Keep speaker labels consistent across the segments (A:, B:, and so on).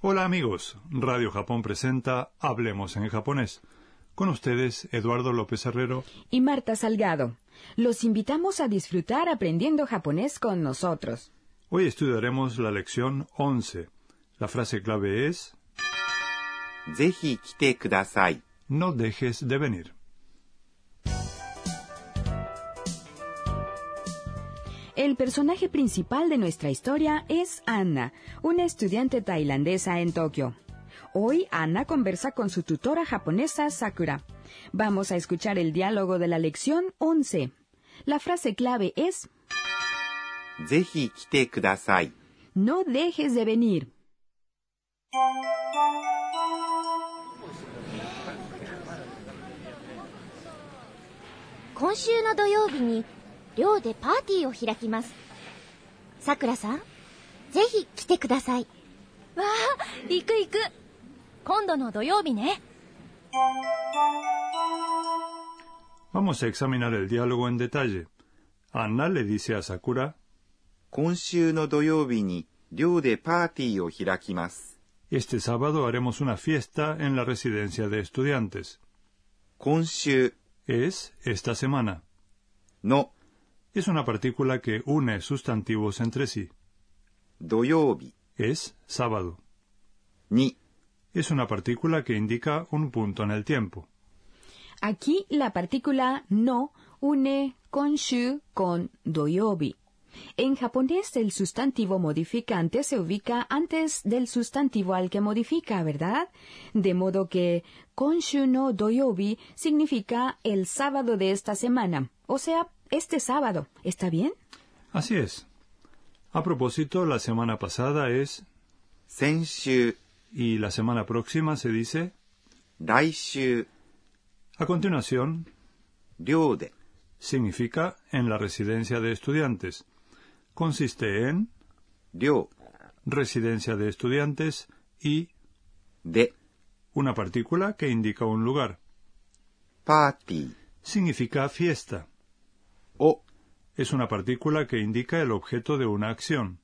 A: Hola amigos, Radio Japón presenta Hablemos en japonés. Con ustedes, Eduardo López Herrero.
B: y Marta Salgado. Los invitamos a disfrutar aprendiendo japonés con nosotros.
A: Hoy estudiaremos la lección 11. La frase clave es
C: ぜひ来てください。
A: No dejes de venir.
B: El personaje principal de nuestra historia es Anna, una estudiante tailandesa en Tokio. Hoy Anna conversa con su tutora japonesa Sakura. Vamos a escuchar el diálogo de la lección 11. La frase clave es
C: ぜひ来てください。
B: No dejes de venir.
D: 「今週の土曜日に寮でパーティーを開きますさくらさんぜひ来てくださいわあ行く行く今度の土曜日ね
A: Vamos a examinar el diálogo en detalle. Anna le dice a Sakura
C: 今週の土曜日に寮でパーティーを開きます。
A: Este sábado haremos una fiesta en la residencia de estudiantes.
C: 今週
A: Es esta semana.
C: の
A: Es una partícula que une sustantivos entre sí.
C: 土曜日
A: Es sábado.
C: に
A: Es una partícula que indica un punto en el tiempo.
B: Aquí la partícula no une konshu con doyobi. En japonés el sustantivo modificante se ubica antes del sustantivo al que modifica, ¿verdad? De modo que konshu no doyobi significa el sábado de esta semana, o sea, este sábado. ¿Está bien?
A: Así es. A propósito, la semana pasada es
C: 先週、
A: y la semana próxima se dice.
C: 来週、
A: A continuación,
C: 寮で
A: significa en la residencia de estudiantes. Consiste en
C: 寮
A: residencia de estudiantes y
C: で
A: una partícula que indica un lugar.
C: パーティ
A: Significa fiesta.
C: ーを
A: Es una partícula que indica el objeto de una acción.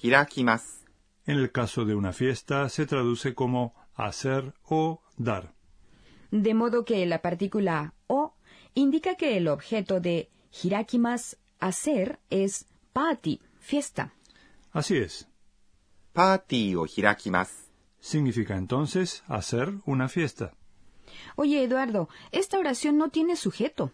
C: 開きます。
A: En el caso de una fiesta se traduce como hacer o dar.
B: De modo que la partícula o indica que el objeto de hirakimas hacer es party, fiesta.
A: Así es.
C: パーティーを開きます。
A: Significa entonces hacer una fiesta.
B: Oye, Eduardo, esta oración no tiene sujeto.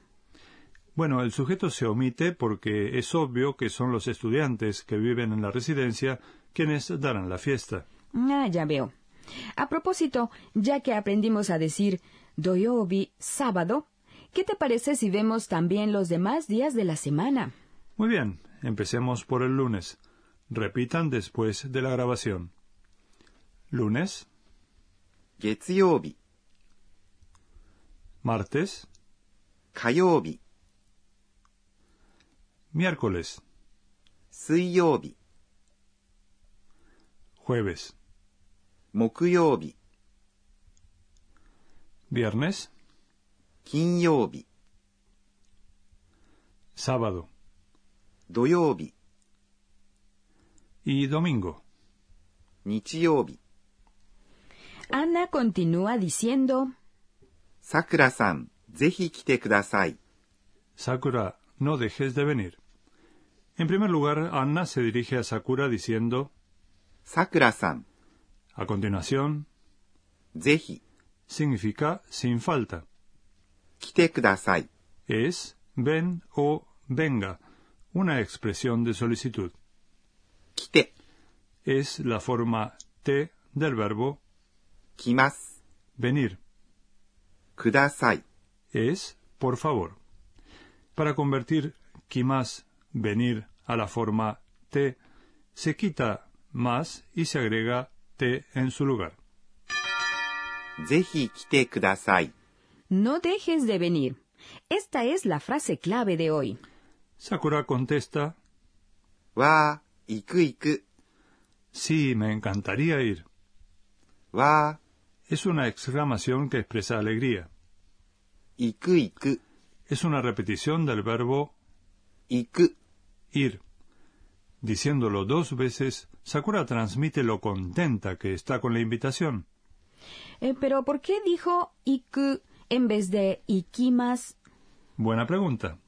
A: Bueno, el sujeto se omite porque es obvio que son los estudiantes que viven en la residencia quienes darán la fiesta.
B: Ah, ya veo. A propósito, ya que aprendimos a decir doyobi sábado, ¿qué te parece si vemos también los demás días de la semana?
A: Muy bien, empecemos por el lunes. Repitan después de la grabación. Lunes,
C: 月曜日、
A: martes,
C: 火曜日、
A: miércoles,
C: 水曜日、
A: jueves,
C: 木曜日、
A: viernes,
C: 金曜日、
A: sábado
C: 土曜日、
A: y domingo.
C: 日曜日。
B: Ana continúa diciendo
C: さくらさん、ぜひ来てください。
A: Sakura, no dejes de venir. En primer lugar, Anna se dirige a Sakura diciendo,
C: さくらさん、
A: a continuación,
C: ぜひ
A: significa sin falta.
C: 来てください。
A: Es ven o venga, una expresión de solicitud.
C: 来て、
A: Es la forma te del verbo
C: 来ます。
A: venir.
C: ください。
A: Es por favor. Para convertir más venir a la forma te, se quita más y se agrega te en su lugar.
C: ぜひ来てください。
B: No dejes de venir. Esta es la frase clave de hoy.
A: Sakura contesta,
C: わー、行く行く。
A: sí, me encantaría ir.
C: わ
A: Es una exclamación que expresa alegría.
C: ー、行く行く。
A: Es una repetición del verbo
C: 行く。
A: ir. Diciéndolo dos veces Sakura transmite lo contenta que está con la invitación.
B: Eh, pero ¿por qué dijo iku en vez de ikimas?
A: Buena pregunta.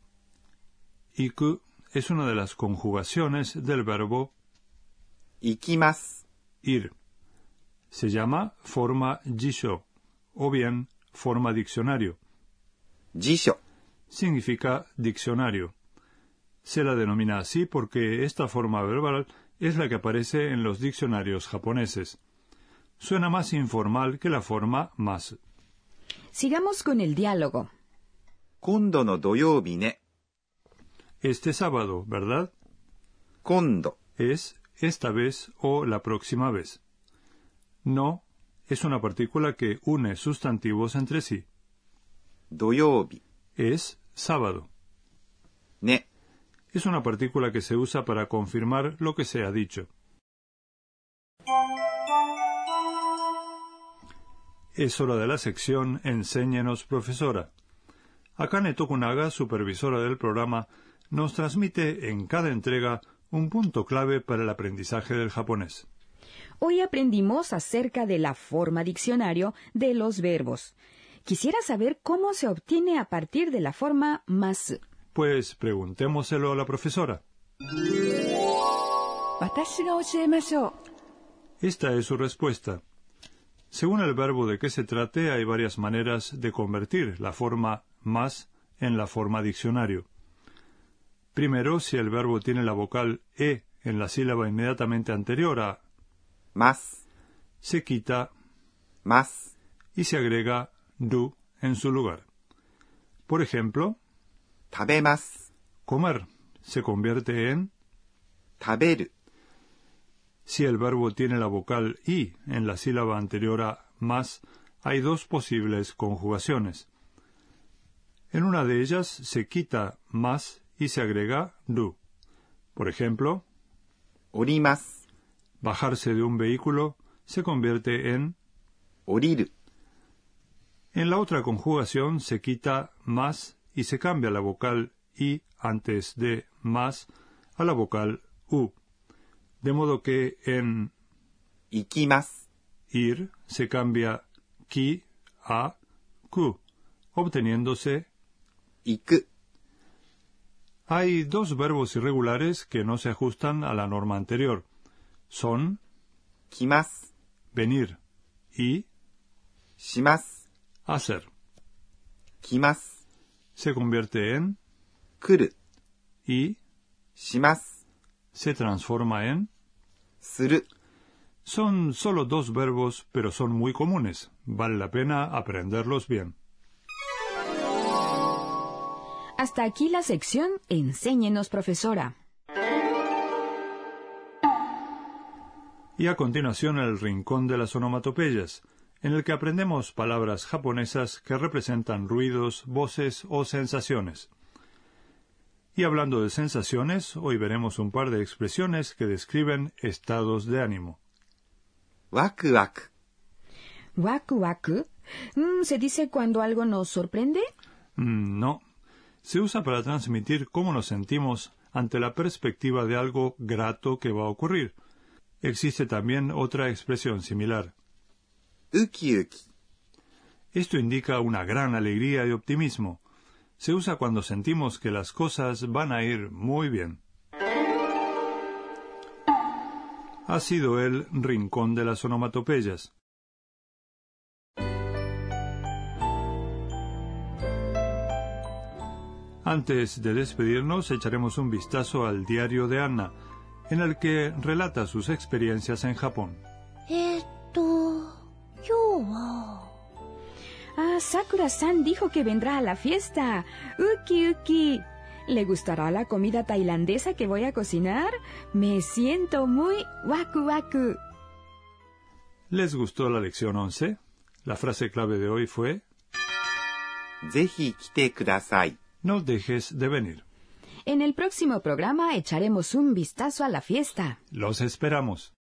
A: Iku es una de las conjugaciones del verbo
C: 行きます。
A: ir. Se llama forma jisho o bien forma diccionario.
C: 辞書。
A: Significa diccionario. Se la denomina así porque esta forma verbal es la que aparece en los diccionarios japoneses. Suena más informal que la forma más.
B: Sigamos con el diálogo.
C: 今度の土曜日ね。
A: Este sábado, ¿verdad?
C: 今度。
A: es esta vez o la próxima vez. No es una partícula que une sustantivos entre sí.
C: 土曜日。
A: Es sábado.
C: ね。
A: Es una partícula que se usa para confirmar lo que se ha dicho. Es hora de la sección Enséñenos, profesora. Akane Tokunaga, supervisora del programa, nos transmite en cada entrega un punto clave para el aprendizaje del japonés.
B: Hoy aprendimos acerca de la forma diccionario de los verbos. Quisiera saber cómo se obtiene a partir de la forma más.
A: Pues preguntémoselo a la profesora. Esta es su respuesta. Según el verbo de que se trate, hay varias maneras de convertir la forma más en la forma diccionario. Primero, si el verbo tiene la vocal e en la sílaba inmediatamente anterior a,
C: ます。
A: se quita
C: ます。
A: y se agrega du en su lugar. Por ejemplo,
C: 食べます。
A: comer se convierte en
C: 食べる。
A: Si el verbo tiene la vocal i en la sílaba anterior a más, hay dos posibles conjugaciones. En una de ellas se quita más y se agrega du. Por ejemplo,
C: 降ります。
A: bajarse de un vehículo se convierte en.
C: 降りる。
A: En la otra conjugación se quita más y se cambia la vocal i antes de más a la vocal u. De modo que en
C: 行きます。
A: ir se cambia ki a ku, obteniéndose
C: 行く。
A: hay dos verbos irregulares que no se ajustan a la norma anterior. Son
C: 来ます。
A: venir y
C: します。
A: hacer.
C: 来ます。
A: Se convierte en
C: 来る。
A: y
C: します。
A: se transforma en.
C: する。
A: Son solo dos verbos, pero son muy comunes. Vale la pena aprenderlos bien.
B: Hasta aquí la sección Enséñenos, profesora.
A: Y a continuación el rincón de las onomatopeyas, en el que aprendemos palabras japonesas que representan ruidos, voces o sensaciones. Y hablando de sensaciones, hoy veremos un par de expresiones que describen estados de ánimo.
C: ワクワク。
B: Waku waku. Mm, ¿Se dice cuando algo nos sorprende?
A: Mm, No. Se usa para transmitir cómo nos sentimos ante la perspectiva de algo grato que va a ocurrir. Existe también otra expresión similar.
C: ウキウキ。
A: Esto indica una gran alegría y optimismo. Se usa cuando sentimos que las cosas van a ir muy bien. Ha sido el rincón de las onomatopeyas. Antes de despedirnos, echaremos un vistazo al diario de Anna, en el que relata sus experiencias en Japón.
D: えーっと、今日は、
B: Ah, Sakura-san dijo que vendrá a la fiesta. Uki uki. ¿Le gustará la comida tailandesa que voy a cocinar? Me siento muy waku waku.
A: ¿Les gustó la lección 11? La frase clave de hoy fue
C: ぜひ来てください。
A: No dejes de venir.
B: En el próximo programa echaremos un vistazo a la fiesta.
A: Los esperamos.